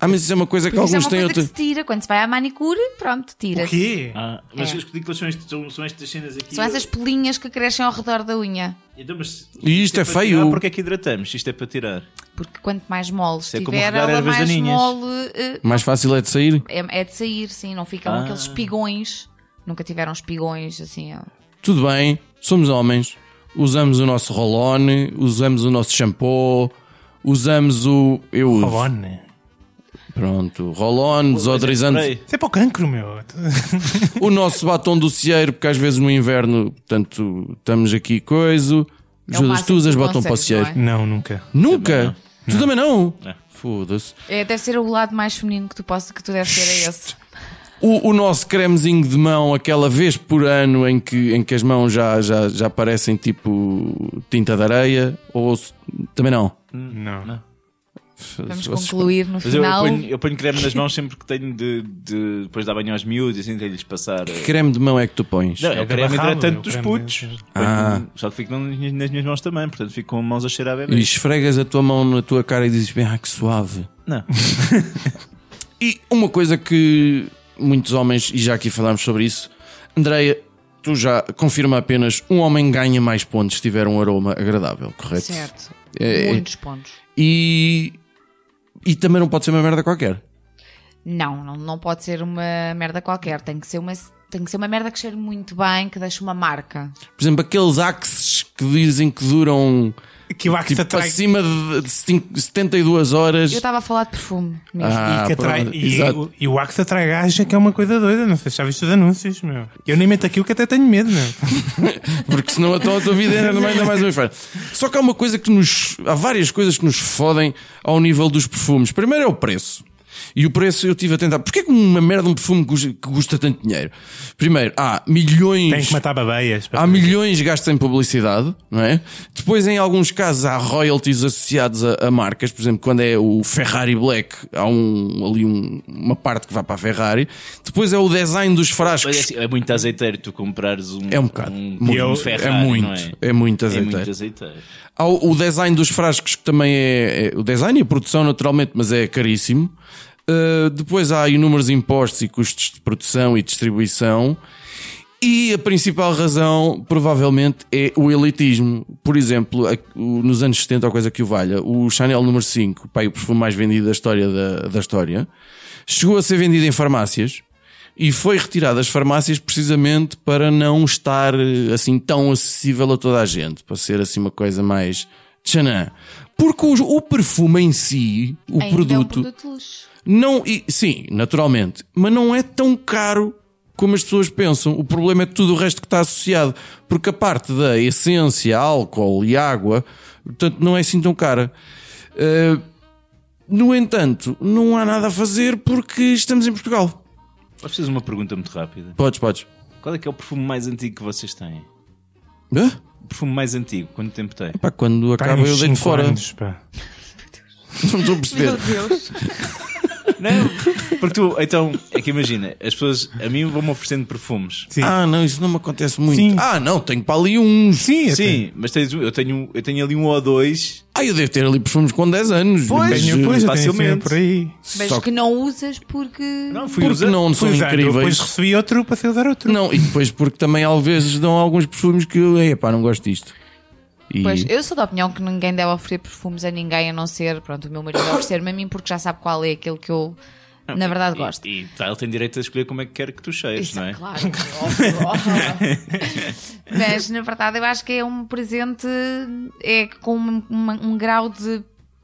Speaker 4: Ah, mas isso é uma coisa que
Speaker 7: Porque isso
Speaker 4: É.
Speaker 7: é
Speaker 4: alguns
Speaker 7: uma
Speaker 4: têm
Speaker 7: coisa
Speaker 4: outra.
Speaker 7: que se tira. Quando se vai à manicure, pronto, tira.
Speaker 6: O quê?
Speaker 5: Ah, mas
Speaker 7: É.
Speaker 5: as cutículas são, estes- são- são estas cenas aqui.
Speaker 7: São essas pelinhas que crescem ao redor da unha.
Speaker 5: Então, mas-
Speaker 4: E isto é
Speaker 5: para
Speaker 4: feio.
Speaker 5: Tirar, porque é que hidratamos? Isto é para tirar.
Speaker 7: Porque quanto mais mole
Speaker 5: é como
Speaker 7: estiver,
Speaker 5: regar
Speaker 7: ela
Speaker 5: ervas
Speaker 7: mais
Speaker 5: daninhas.
Speaker 7: mole eh,
Speaker 4: Mais fácil é de sair.
Speaker 7: é, é de sair, sim. Não ficam
Speaker 5: Ah.
Speaker 7: aqueles espigões. Nunca tiveram espigões, assim. ó.
Speaker 4: Tudo bem, somos homens. Usamos o nosso rolone, usamos o nosso shampoo, usamos o. Eu uso.
Speaker 6: Colone.
Speaker 4: Pronto, rolone, desodorizante.
Speaker 5: Espera aí.
Speaker 6: Isso é para o cancro, meu.
Speaker 4: O nosso batom do cieiro, porque às vezes no inverno, portanto, estamos aqui coiso.
Speaker 7: É o
Speaker 4: Judas,
Speaker 7: máximo
Speaker 4: tu usas
Speaker 7: que
Speaker 4: batom para o
Speaker 7: consegues,
Speaker 4: cieiro.
Speaker 7: não é?
Speaker 6: Não, nunca.
Speaker 4: Nunca! Tu também não?
Speaker 5: Não.
Speaker 4: Foda-se.
Speaker 7: É, deve ser o lado mais feminino que tu, possa, que tu deves ter é esse.
Speaker 4: O, o nosso cremezinho de mão, aquela vez por ano em que, em que as mãos já, já, já parecem tipo tinta de areia, ou se- também não?
Speaker 6: Não.
Speaker 7: Vamos
Speaker 4: Vocês-
Speaker 7: concluir no
Speaker 5: Mas eu, eu
Speaker 7: final.
Speaker 5: ponho, eu ponho creme nas mãos sempre que tenho de, de- depois dar banho aos miúdos e assim de lhes passar.
Speaker 4: Que creme de mão é que tu pões?
Speaker 5: Não, é o
Speaker 6: É
Speaker 5: creme
Speaker 6: barralo,
Speaker 5: hidratante
Speaker 6: é o
Speaker 5: dos
Speaker 6: creme
Speaker 5: putos.
Speaker 6: hidratante.
Speaker 5: Ponho-
Speaker 4: Ah.
Speaker 5: Só que ficam nas, minhas- nas minhas mãos também, portanto fico com mãos a cheirar bem.
Speaker 4: E esfregas a tua mão na tua cara e dizes bem, ah, que suave.
Speaker 5: Não.
Speaker 4: E uma coisa que muitos homens, e já aqui falámos sobre isso, Andreia, tu já confirma apenas: um homem ganha mais pontos se tiver um aroma agradável, correto?
Speaker 7: Certo.
Speaker 4: É-
Speaker 7: Muitos pontos.
Speaker 4: E, e também não pode ser uma merda qualquer.
Speaker 7: Não, não, não pode ser uma merda qualquer. Tem que ser uma, tem que ser uma merda que cheire muito bem, que deixe uma marca.
Speaker 4: Por exemplo, aqueles axes que dizem que duram
Speaker 6: Que o Axe
Speaker 4: tipo,
Speaker 6: atrai.
Speaker 4: acima de de cinco- 72 horas.
Speaker 7: Eu estava a falar de perfume mesmo.
Speaker 4: Ah,
Speaker 6: e, que atrai-
Speaker 4: pronto,
Speaker 6: e-
Speaker 4: exato.
Speaker 6: e- e o Axe atrai gaja, que é uma coisa doida. Não sei se já viste os anúncios, meu. Eu nem meto aquilo que até tenho medo, meu.
Speaker 4: Porque senão então a tua vida era ainda mais um inferno. Só que há uma coisa que nos. Há várias coisas que nos fodem ao nível dos perfumes. Primeiro é o preço. E o preço eu estive a tentar. Porquê que uma merda, um perfume custa- que custa tanto dinheiro? Primeiro, há milhões.
Speaker 6: Tem que matar babeias. para
Speaker 4: Há milhões gastos em publicidade, não é? Depois, em alguns casos, há royalties associados a, a marcas. Por exemplo, quando é o Ferrari Black, há um, ali um- uma parte que vai para a Ferrari. Depois é o design dos
Speaker 5: Mas é,
Speaker 4: frascos.
Speaker 5: assim, é muito azeiteiro tu comprares um.
Speaker 4: É um bocado.
Speaker 5: Um,
Speaker 4: Muito.
Speaker 5: um
Speaker 4: É
Speaker 5: Ferrari,
Speaker 4: muito.
Speaker 5: não é?
Speaker 4: É muito
Speaker 5: É muito
Speaker 4: azeiteiro.
Speaker 5: azeiteiro.
Speaker 4: Há o, o design dos frascos, que também é, é- O design e a produção, naturalmente, mas é caríssimo. Uh, depois há inúmeros impostos e custos de produção e distribuição. E a principal razão, provavelmente, é o elitismo. Por exemplo, a- o- nos anos 70, ou coisa que o valha, o Chanel número 5, pá, e o perfume mais vendido da história, da, da história, chegou a ser vendido em farmácias e foi retirado das farmácias precisamente para não estar eh, assim tão acessível a toda a gente, para ser assim uma coisa mais tchanã. Porque o, o perfume em si, o
Speaker 7: Ainda é um
Speaker 4: Ah, produto,
Speaker 7: produto de luxo.
Speaker 4: não, e- sim, naturalmente, mas não é tão caro como as pessoas pensam. O problema é tudo o resto que está associado, porque a parte da essência, álcool e água, portanto, não é assim tão cara. Eh, no entanto, não há nada a fazer porque estamos em Portugal.
Speaker 5: Eu preciso de uma pergunta muito rápida.
Speaker 4: Podes, podes.
Speaker 5: Qual é que é o perfume mais antigo que vocês têm?
Speaker 4: Hã?
Speaker 5: O perfume mais antigo, quanto tempo tem?
Speaker 4: Pá, quando
Speaker 6: Pá,
Speaker 4: acaba
Speaker 6: uns
Speaker 4: eu deito
Speaker 6: cinco
Speaker 4: fora.
Speaker 6: anos, pá.
Speaker 4: Não estou a perceber.
Speaker 5: Não, porque tu, então, é que imagina, as pessoas a mim vão-me oferecendo perfumes.
Speaker 6: Sim.
Speaker 4: Ah, não, isso não me acontece muito.
Speaker 6: Sim.
Speaker 4: Ah, não, tenho para ali uns.
Speaker 6: Sim, eu tenho-
Speaker 5: Sim, mas tens- eu, tenho, eu tenho ali um ou dois.
Speaker 4: Ah, eu devo ter ali perfumes com 10 anos.
Speaker 5: Pois.
Speaker 4: mas, eh,
Speaker 6: Tenho, pois, eu tenho
Speaker 5: Facilmente.
Speaker 6: sempre por aí.
Speaker 7: Mas
Speaker 4: só
Speaker 7: que não usas porque.
Speaker 5: Não, fui
Speaker 4: porque
Speaker 5: usando.
Speaker 4: não são
Speaker 6: Fui usar,
Speaker 4: incríveis.
Speaker 6: Depois recebi outro, passei a usar outro.
Speaker 4: Não, e depois porque também às vezes dão alguns perfumes que eu, epá, não gosto disto. E
Speaker 7: Pois, eu sou da opinião que ninguém deve oferecer perfumes a ninguém, a não ser, pronto, o meu marido oferecer-me a mim, porque já sabe qual é aquele que eu, na verdade, Ah, gosto.
Speaker 5: E, e tá, ele tem direito a escolher como é que quer que tu cheires,
Speaker 7: Isso,
Speaker 5: não é?
Speaker 7: claro. óbvio, óbvio. Mas, na verdade, eu acho que é um presente é com uma- uma- um grau de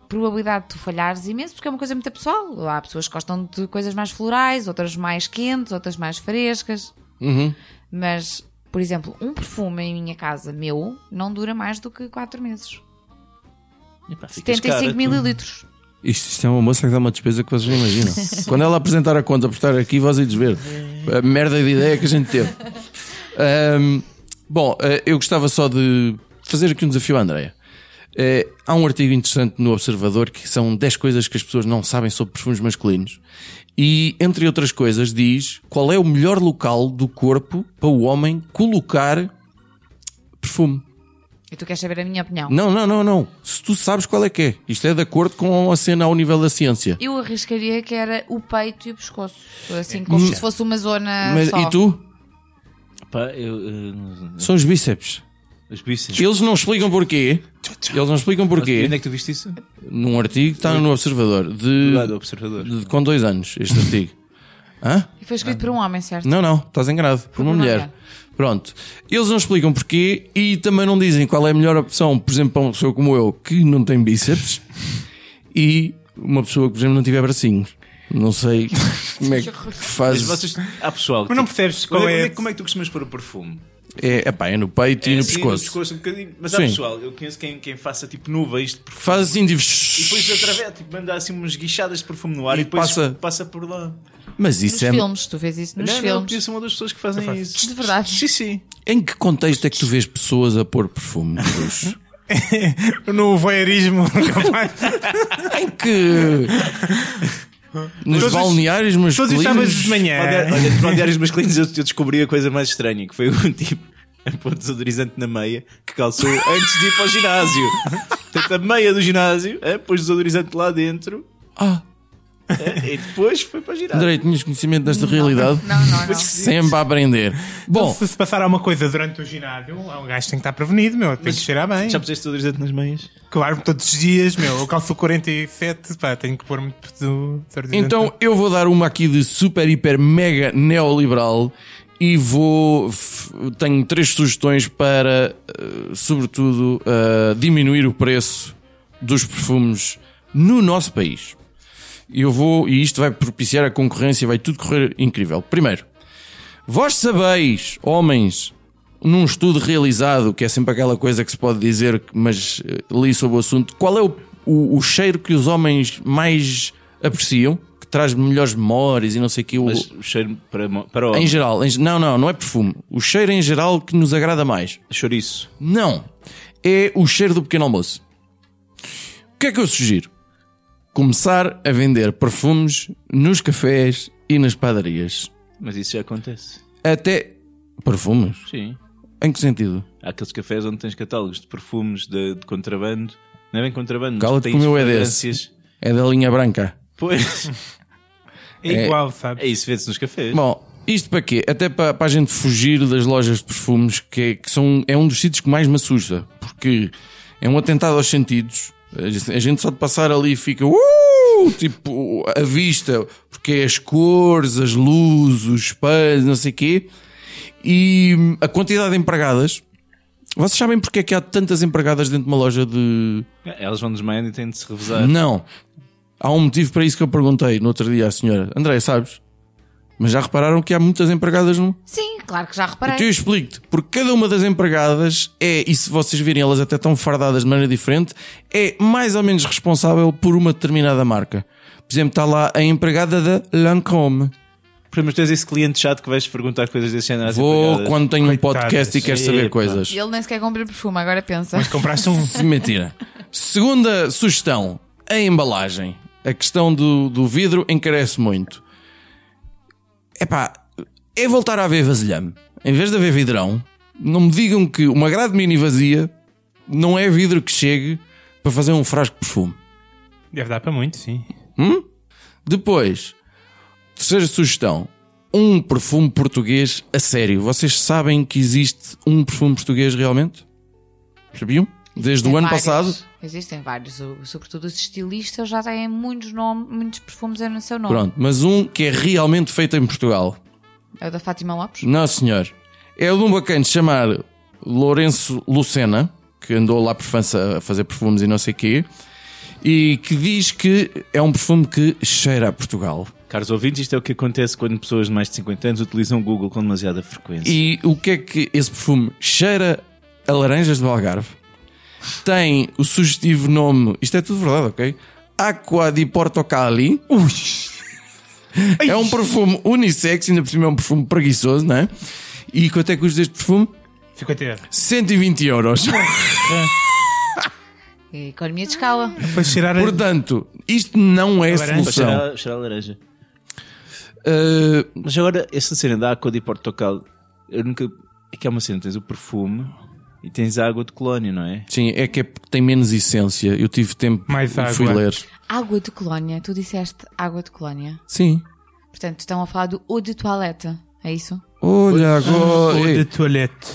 Speaker 7: probabilidade de tu falhares imenso, porque é uma coisa muito pessoal. Há pessoas que gostam de coisas mais florais, outras mais quentes, outras mais frescas.
Speaker 4: Uhum.
Speaker 7: Mas, por exemplo, um perfume em minha casa, meu, não dura mais do que 4 meses.
Speaker 5: Epá, ficas cara,
Speaker 7: 75
Speaker 5: tu.
Speaker 7: mililitros.
Speaker 4: isto, isto é uma moça que dá uma despesa que vocês não imaginam. Quando ela apresentar a conta por estar aqui, vós ides ver a merda de ideia que a gente teve. Ahm, bom, eh, eu gostava só de fazer aqui um desafio à Andreia. Eh, há um artigo interessante no Observador que são 10 coisas que as pessoas não sabem sobre perfumes masculinos. E, entre outras coisas, diz qual é o melhor local do corpo para o homem colocar perfume.
Speaker 7: E tu queres saber a minha opinião?
Speaker 4: Não, não, não, não. Se tu sabes qual é que é. Isto é de acordo com a cena ao nível da ciência.
Speaker 7: Eu arriscaria que era o peito e o pescoço. Assim, como se fosse uma zona
Speaker 4: É. Hum. Mas,
Speaker 7: só.
Speaker 4: e tu?
Speaker 5: Pá, eu, eh, eu-
Speaker 4: São os bíceps.
Speaker 5: os bíceps.
Speaker 4: Eles não explicam porquê. Eles não explicam
Speaker 5: E Onde
Speaker 4: porquê.
Speaker 5: é que tu viste isso?
Speaker 4: Num artigo que está no Observador. De,
Speaker 5: Lá do observador.
Speaker 4: de- com dois anos, este artigo. Hã?
Speaker 7: E foi escrito por um homem, certo?
Speaker 4: Não, não. Estás enganado. Por uma
Speaker 7: uma
Speaker 4: mulher.
Speaker 7: mulher.
Speaker 4: Pronto. Eles não explicam porquê e também não dizem qual é a melhor opção, por exemplo, para uma pessoa como eu que não tem bíceps e uma pessoa que, por exemplo, não tiver bracinhos. Não sei como é que
Speaker 5: Mas
Speaker 4: fazes.
Speaker 5: vocês. Ah, pessoal.
Speaker 6: Mas não
Speaker 5: tipo,
Speaker 6: percebes
Speaker 5: onde
Speaker 6: qual
Speaker 5: é- onde
Speaker 6: é.
Speaker 5: é que- como é que tu costumas pôr o perfume?
Speaker 4: É, epá, é no peito e no
Speaker 5: Sim,
Speaker 4: pescoço.
Speaker 5: pescoço um bocadinho. Mas
Speaker 4: Sim.
Speaker 5: há pessoal, eu conheço quem, quem faça tipo nuvens de perfume.
Speaker 4: Faz assim de.
Speaker 5: E depois através, tipo, manda assim umas guichadas de perfume no ar
Speaker 4: E
Speaker 5: e, depois
Speaker 4: passa-
Speaker 5: passa... por lá.
Speaker 4: Mas
Speaker 7: Nos
Speaker 4: isso é.
Speaker 7: filmes, tu vês isso nos
Speaker 5: não, não, eu
Speaker 7: filmes.
Speaker 5: conheço uma das pessoas que fazem isso.
Speaker 7: De verdade.
Speaker 5: Sim, sim.
Speaker 4: Em que contexto é que tu vês pessoas a pôr perfume? Cruz?
Speaker 6: No voyeurismo, capaz.
Speaker 4: em que. Nos
Speaker 6: Todos-
Speaker 4: balneários
Speaker 6: Todos os
Speaker 4: masculinos.
Speaker 6: sábados de
Speaker 5: Olha,
Speaker 6: manhã.
Speaker 5: olha, para diários masculinos eu, eu descobri a coisa mais estranha, que foi um tipo a pôr desodorizante na meia que calçou antes de ir para o ginásio. Portanto, a meia do ginásio, é, pôs desodorizante lá dentro
Speaker 4: Ah,
Speaker 5: é, e depois foi para o ginásio.
Speaker 4: Andrei, tinhas conhecimento desta realidade?
Speaker 7: Não, não, não.
Speaker 4: Sempre a aprender. Bom,
Speaker 6: Se se passar alguma coisa durante o ginásio, um gajo tem que estar prevenido, meu. Tem que cheirar bem.
Speaker 5: Já puseste desodorizante nas meias?
Speaker 6: Claro, todos os dias, meu. Eu calço 47, pá, tenho que pôr muito do
Speaker 4: então eu vou dar uma aqui de super, hiper, mega neoliberal e vou. f- Tenho três sugestões para, eh, sobretudo, eh, diminuir o preço dos perfumes no nosso país. E eu vou, e isto vai propiciar a concorrência, vai tudo correr incrível. Primeiro, vós sabeis, homens, num estudo realizado, que é sempre aquela coisa que se pode dizer, mas eh, li sobre o assunto, qual é o, o- o cheiro que os homens mais apreciam, que traz melhores memórias e não sei o que.
Speaker 5: Mas o cheiro para, mo- para o
Speaker 4: Em geral, em- não, não, não é perfume. O cheiro em geral que nos agrada mais.
Speaker 5: chouriço.
Speaker 4: Não. É o cheiro do pequeno almoço. O que é que eu sugiro? Começar a vender perfumes nos cafés e nas padarias.
Speaker 5: Mas isso já acontece.
Speaker 4: Até. Perfumes?
Speaker 5: Sim.
Speaker 4: Em que sentido?
Speaker 5: Há aqueles cafés onde tens catálogos de perfumes de, de contrabando. Não é bem contrabando, mas
Speaker 4: Cala-te
Speaker 5: tens
Speaker 4: que o meu é
Speaker 5: fragrâncias.
Speaker 4: É da linha branca.
Speaker 5: Pois.
Speaker 6: É igual,
Speaker 5: É
Speaker 6: sabe?
Speaker 5: isso, vê-se nos cafés.
Speaker 4: Bom, isto para quê? Até para, para a gente fugir das lojas de perfumes, que, é, que são, é um dos sítios que mais me assusta, porque é um atentado aos sentidos. A gente- A gente só de passar ali fica "Uh!", tipo a vista, porque é as cores, as luzes, os espelhos, não sei o quê, e a quantidade de empregadas. Vocês sabem porque é que há tantas empregadas dentro de uma loja de,
Speaker 5: Elas vão desmaiando e têm de se revezar.
Speaker 4: não. Há um motivo para isso que eu perguntei no outro dia à senhora. André, sabes? Mas já repararam que há muitas empregadas no.
Speaker 7: Sim, claro que já reparei.
Speaker 4: Então eu explico-te. Porque cada uma das empregadas é, e se vocês virem elas até tão fardadas de maneira diferente, é mais ou menos responsável por uma determinada marca. Por exemplo, está lá a empregada da Lancôme.
Speaker 5: Por exemplo, tens esse cliente chato que vais perguntar coisas desse género. às
Speaker 4: Vou
Speaker 5: empregadas.
Speaker 4: quando tenho um
Speaker 6: Coitadas.
Speaker 4: podcast e quero saber
Speaker 5: Epa.
Speaker 4: coisas.
Speaker 7: E Ele nem sequer compra perfume, agora pensa.
Speaker 6: Compraste um.
Speaker 4: Se mentira. Segunda sugestão: a embalagem. A questão do, do vidro encarece muito. Epá, é voltar a haver vasilhame. Em vez de haver vidrão, não me digam que uma grade mini vazia não é vidro que chegue para fazer um frasco de perfume.
Speaker 6: Deve dar para muito, sim.
Speaker 4: Depois, terceira sugestão: um perfume português a sério. Vocês sabem que existe um perfume português realmente? Sabiam? Desde
Speaker 7: Tem
Speaker 4: o ano
Speaker 7: vários.
Speaker 4: passado?
Speaker 7: Existem vários, o- sobretudo os estilistas já têm muitos, nomes, muitos perfumes no seu nome.
Speaker 4: Pronto, mas um que é realmente feito em Portugal.
Speaker 7: É o da Fátima Lopes?
Speaker 4: Não, senhor. É o de um bacana chamar Lourenço Lucena, que andou lá por França a fazer perfumes e não sei o quê, e que diz que é um perfume que cheira a Portugal.
Speaker 5: Caros ouvintes, isto é o que acontece quando pessoas de mais de 50 anos utilizam o Google com demasiada frequência.
Speaker 4: E o que é que esse perfume cheira a laranjas do Algarve? Tem o sugestivo nome, isto é tudo verdade, ok? Aqua di Portocali. É um perfume unissex, ainda por cima é um perfume preguiçoso, não é? E quanto é que custa este perfume?
Speaker 6: Ficou até.
Speaker 4: 120 euros.
Speaker 7: É economia de escala.
Speaker 6: Para cheirar a-
Speaker 4: Portanto, isto não é
Speaker 6: A laranja.
Speaker 5: Para
Speaker 4: solução.
Speaker 5: cheirar- cheirar a laranja.
Speaker 4: Uh,
Speaker 5: Mas agora, essa cena da água de Portugal, eu nunca. É que é uma cena, tens o perfume e tens a água de colónia, não é?
Speaker 4: sim, é que é porque tem menos essência. Eu tive tempo
Speaker 6: Mais
Speaker 4: e fui
Speaker 6: água.
Speaker 4: ler.
Speaker 7: Água de colónia, tu disseste água de colónia.
Speaker 4: Sim.
Speaker 7: Portanto, estão a falar do eau de toilette, é isso?
Speaker 4: Olha agora.
Speaker 6: Ou de
Speaker 4: Ei,
Speaker 6: toilette.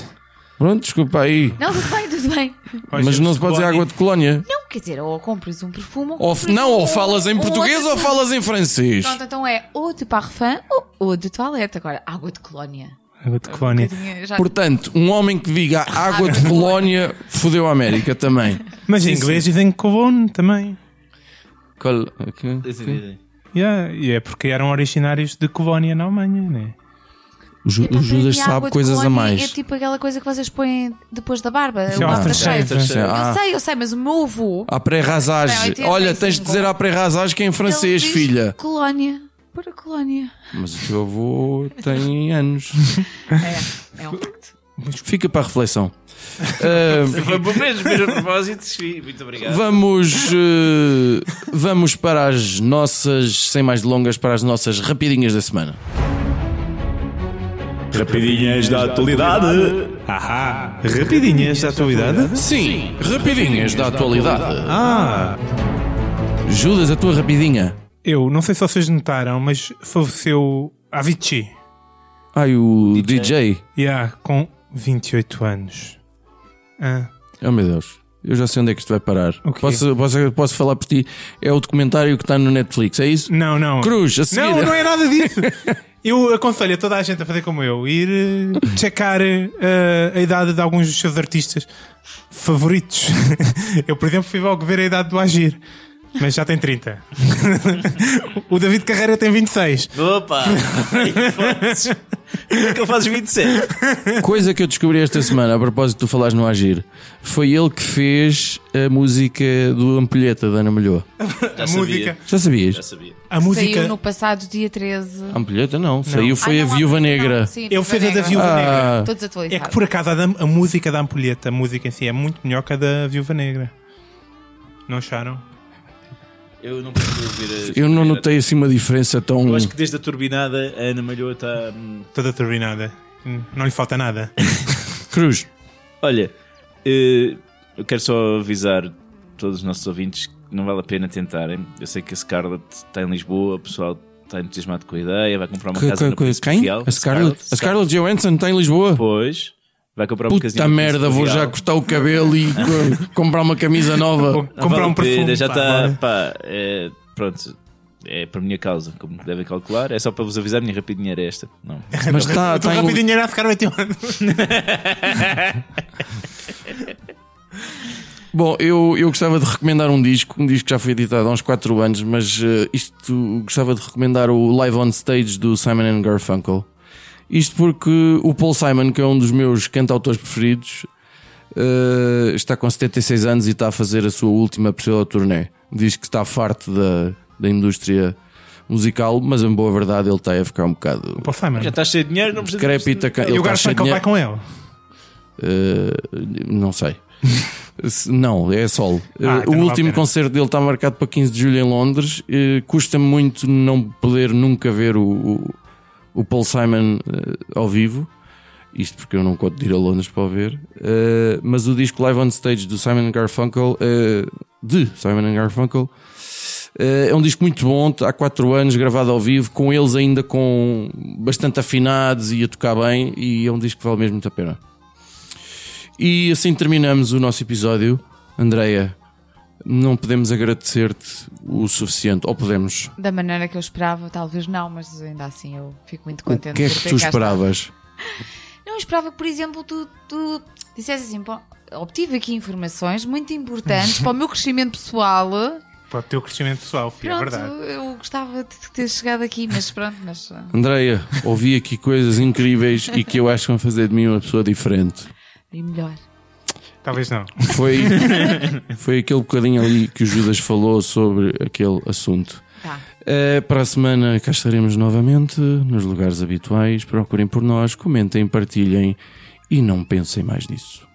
Speaker 4: Pronto, desculpa aí.
Speaker 7: Não, tudo bem, tudo bem.
Speaker 4: Mas não se pode dizer água de colónia.
Speaker 7: Não, quer dizer, ou compras um perfume ou
Speaker 4: Ou,
Speaker 7: compras
Speaker 4: não, ou
Speaker 7: um-
Speaker 4: falas em
Speaker 7: um
Speaker 4: português
Speaker 7: outro
Speaker 4: ou falas em francês.
Speaker 7: Pronto, então é ou de parfum ou, ou de toilette. Agora, água de colónia.
Speaker 6: Água de colónia.
Speaker 7: Tinha já-
Speaker 4: Portanto, um homem que diga água de colónia fodeu a América também.
Speaker 6: Mas em inglês dizem cologne também.
Speaker 4: Col- ok.
Speaker 6: Yeah, E é porque eram originários de Colónia na Alemanha, né?
Speaker 4: O, Ju-
Speaker 7: Epá,
Speaker 4: o
Speaker 7: para
Speaker 4: Judas
Speaker 7: mim, água
Speaker 4: sabe
Speaker 7: de
Speaker 4: coisas a
Speaker 7: colónia
Speaker 4: mais. Ah,
Speaker 7: É tipo aquela coisa que vocês põem depois da barba.
Speaker 6: Isso
Speaker 7: o
Speaker 6: é um aftershave.
Speaker 7: aftershave.
Speaker 4: Sim,
Speaker 7: Eu
Speaker 4: ah,
Speaker 7: sei, eu sei, mas o meu avô.
Speaker 4: à pré-rasagem.
Speaker 7: Não,
Speaker 4: Olha, tens de
Speaker 7: 85.
Speaker 4: dizer à pré-rasagem que é em francês,
Speaker 7: ele diz
Speaker 4: filha.
Speaker 7: Colónia. Para colónia.
Speaker 4: Mas o teu avô tem anos.
Speaker 7: É, é um facto.
Speaker 4: Fica para a reflexão. Ah,
Speaker 5: Muito obrigado.
Speaker 4: Vamos, eh, vamos para as nossas, sem mais delongas, para as nossas rapidinhas da semana.
Speaker 5: Rapidinhas da atualidade.
Speaker 6: Ahá! Rapidinhas da atualidade?
Speaker 4: Sim, rapidinhas da atualidade.
Speaker 6: Ah!
Speaker 4: Judas, a tua rapidinha.
Speaker 6: Eu não sei se vocês notaram, mas faleceu Avicii.
Speaker 4: Ai, o DJ.
Speaker 6: Yeah, com 28 anos. Ah,
Speaker 4: Oh meu Deus, eu já sei onde é que isto vai parar.
Speaker 6: O quê?
Speaker 4: Posso, posso, posso falar por ti? É o documentário que está no Netflix, é isso?
Speaker 6: não, não.
Speaker 4: Cruz, a seguir.
Speaker 6: Não, não é nada disso. Eu aconselho a toda a gente a fazer como eu, ir eh, checar eh, a idade de alguns dos seus artistas favoritos. Eu, por exemplo, fui logo ver a idade do Agir. mas já tem 30. o David Carreira tem 26.
Speaker 5: Opa! Como é que ele faz 27?
Speaker 4: Coisa que eu descobri esta semana, a propósito de tu falares no Agir, foi ele que fez a música do Ampulheta da Ana Melhoa.
Speaker 5: Já
Speaker 6: a
Speaker 5: sabia.
Speaker 6: música.
Speaker 4: Já
Speaker 5: Já
Speaker 4: sabias?
Speaker 5: sabia.
Speaker 6: A
Speaker 7: Saiu
Speaker 6: música. é
Speaker 7: no passado dia 13.
Speaker 4: A Ampulheta não, saiu foi
Speaker 7: Ah,
Speaker 4: a
Speaker 7: não,
Speaker 4: Viúva
Speaker 7: não,
Speaker 4: Negra.
Speaker 7: sim,
Speaker 6: Ele fez a da Viúva Negra.
Speaker 4: Ah,
Speaker 7: Todos
Speaker 6: É
Speaker 7: atualizados.
Speaker 6: que por acaso a, da- a música da ampulheta, a música em si, é muito melhor que a da Viúva Negra. Não acharam?
Speaker 5: Eu não consegui ouvir a-
Speaker 4: eu não notei assim uma diferença tão.
Speaker 5: Eu acho que desde a turbinada a Ana Malhoa está. hum,
Speaker 6: Toda turbinada. Hum, Não lhe falta nada.
Speaker 4: Cruz.
Speaker 5: Olha, eh, eu quero só avisar todos os nossos ouvintes que não vale a pena tentarem. Eu sei que a Scarlett está em Lisboa, o pessoal está entusiasmado com a ideia, vai comprar uma
Speaker 4: Que-
Speaker 5: casa
Speaker 4: que-
Speaker 5: no Príncipe
Speaker 4: quem?
Speaker 5: Real.
Speaker 4: A Scarlett? A Scarlett Johansson está em Lisboa.
Speaker 5: Depois vai comprar uma casinha
Speaker 4: Puta
Speaker 5: no
Speaker 4: merda,
Speaker 5: Príncipe
Speaker 4: vou já
Speaker 5: Real.
Speaker 4: cortar o cabelo e co- comprar uma camisa
Speaker 6: Ou
Speaker 4: nova.
Speaker 5: Não
Speaker 6: comprar
Speaker 5: vale
Speaker 6: um
Speaker 5: a pena,
Speaker 6: perfume.
Speaker 5: Já
Speaker 6: pá,
Speaker 5: está,
Speaker 6: bora.
Speaker 5: pá, é, pronto. É para minha causa, como devem calcular. É só para vos avisar, minha rapidinha era esta. Não.
Speaker 4: Mas está,
Speaker 5: tá
Speaker 6: Eu estou
Speaker 4: está em,
Speaker 6: rapidinho a ficar oito anos.
Speaker 4: Bom, eu, eu gostava de recomendar um disco, um disco que já foi editado há uns 4 anos, mas eh, isto gostava de recomendar o Live on Stage do Simon and Garfunkel. Isto porque o Paul Simon, que é um dos meus cantautores preferidos, eh, está com 76 anos e está a fazer a sua última possível turnê. Diz que está farto da, da indústria musical, mas em boa verdade ele está a ficar um bocado
Speaker 6: Pô,
Speaker 5: Já
Speaker 6: Simon.
Speaker 5: tá- estás cheio de dinheiro, não precisas.
Speaker 4: crepita.
Speaker 6: E o Garfunkel vai com ele.
Speaker 4: Uh, não sei. Se- não, é solo. Uh,
Speaker 6: Ah,
Speaker 4: o
Speaker 6: então não vale a
Speaker 4: último
Speaker 6: pena.
Speaker 4: concerto dele está marcado para 15 de julho em Londres. Uh, Custa-me muito não poder nunca ver o, o, o Paul Simon uh, ao vivo. Isto porque eu não conto de ir a Londres para o ver. Uh, mas o disco Live on Stage do Simon and Garfunkel, uh, de Simon and Garfunkel, Uh, é um disco muito bom, há 4 anos, gravado ao vivo, com eles ainda com bastante afinados e a tocar bem, e é um disco que vale mesmo muito a pena. E assim terminamos o nosso episódio. Andreia, não podemos agradecer-te o suficiente, ou podemos.
Speaker 7: Da maneira que eu esperava, talvez não, mas ainda assim eu fico muito
Speaker 4: O
Speaker 7: contente.
Speaker 4: que é
Speaker 7: por
Speaker 4: que
Speaker 7: ter
Speaker 4: tu
Speaker 7: cá
Speaker 4: esperavas?
Speaker 7: estado. Não, eu esperava que, por exemplo, tu, tu dissesse assim: "Bom, obtive aqui informações muito importantes para o meu crescimento pessoal.
Speaker 6: Para o teu crescimento pessoal, filho, é
Speaker 7: Pronto,
Speaker 6: verdade.
Speaker 7: eu gostava de ter chegado aqui, mas pronto, mas. uh,
Speaker 4: Andreia, ouvi aqui coisas incríveis e que eu acho que vão fazer de mim uma pessoa diferente.
Speaker 7: E melhor.
Speaker 6: Talvez não.
Speaker 4: Foi, foi aquele bocadinho ali que o Judas falou sobre aquele assunto.
Speaker 7: Tá.
Speaker 4: Eh, para a semana cá estaremos novamente nos lugares habituais. Procurem por nós, comentem, partilhem e não pensem mais nisso.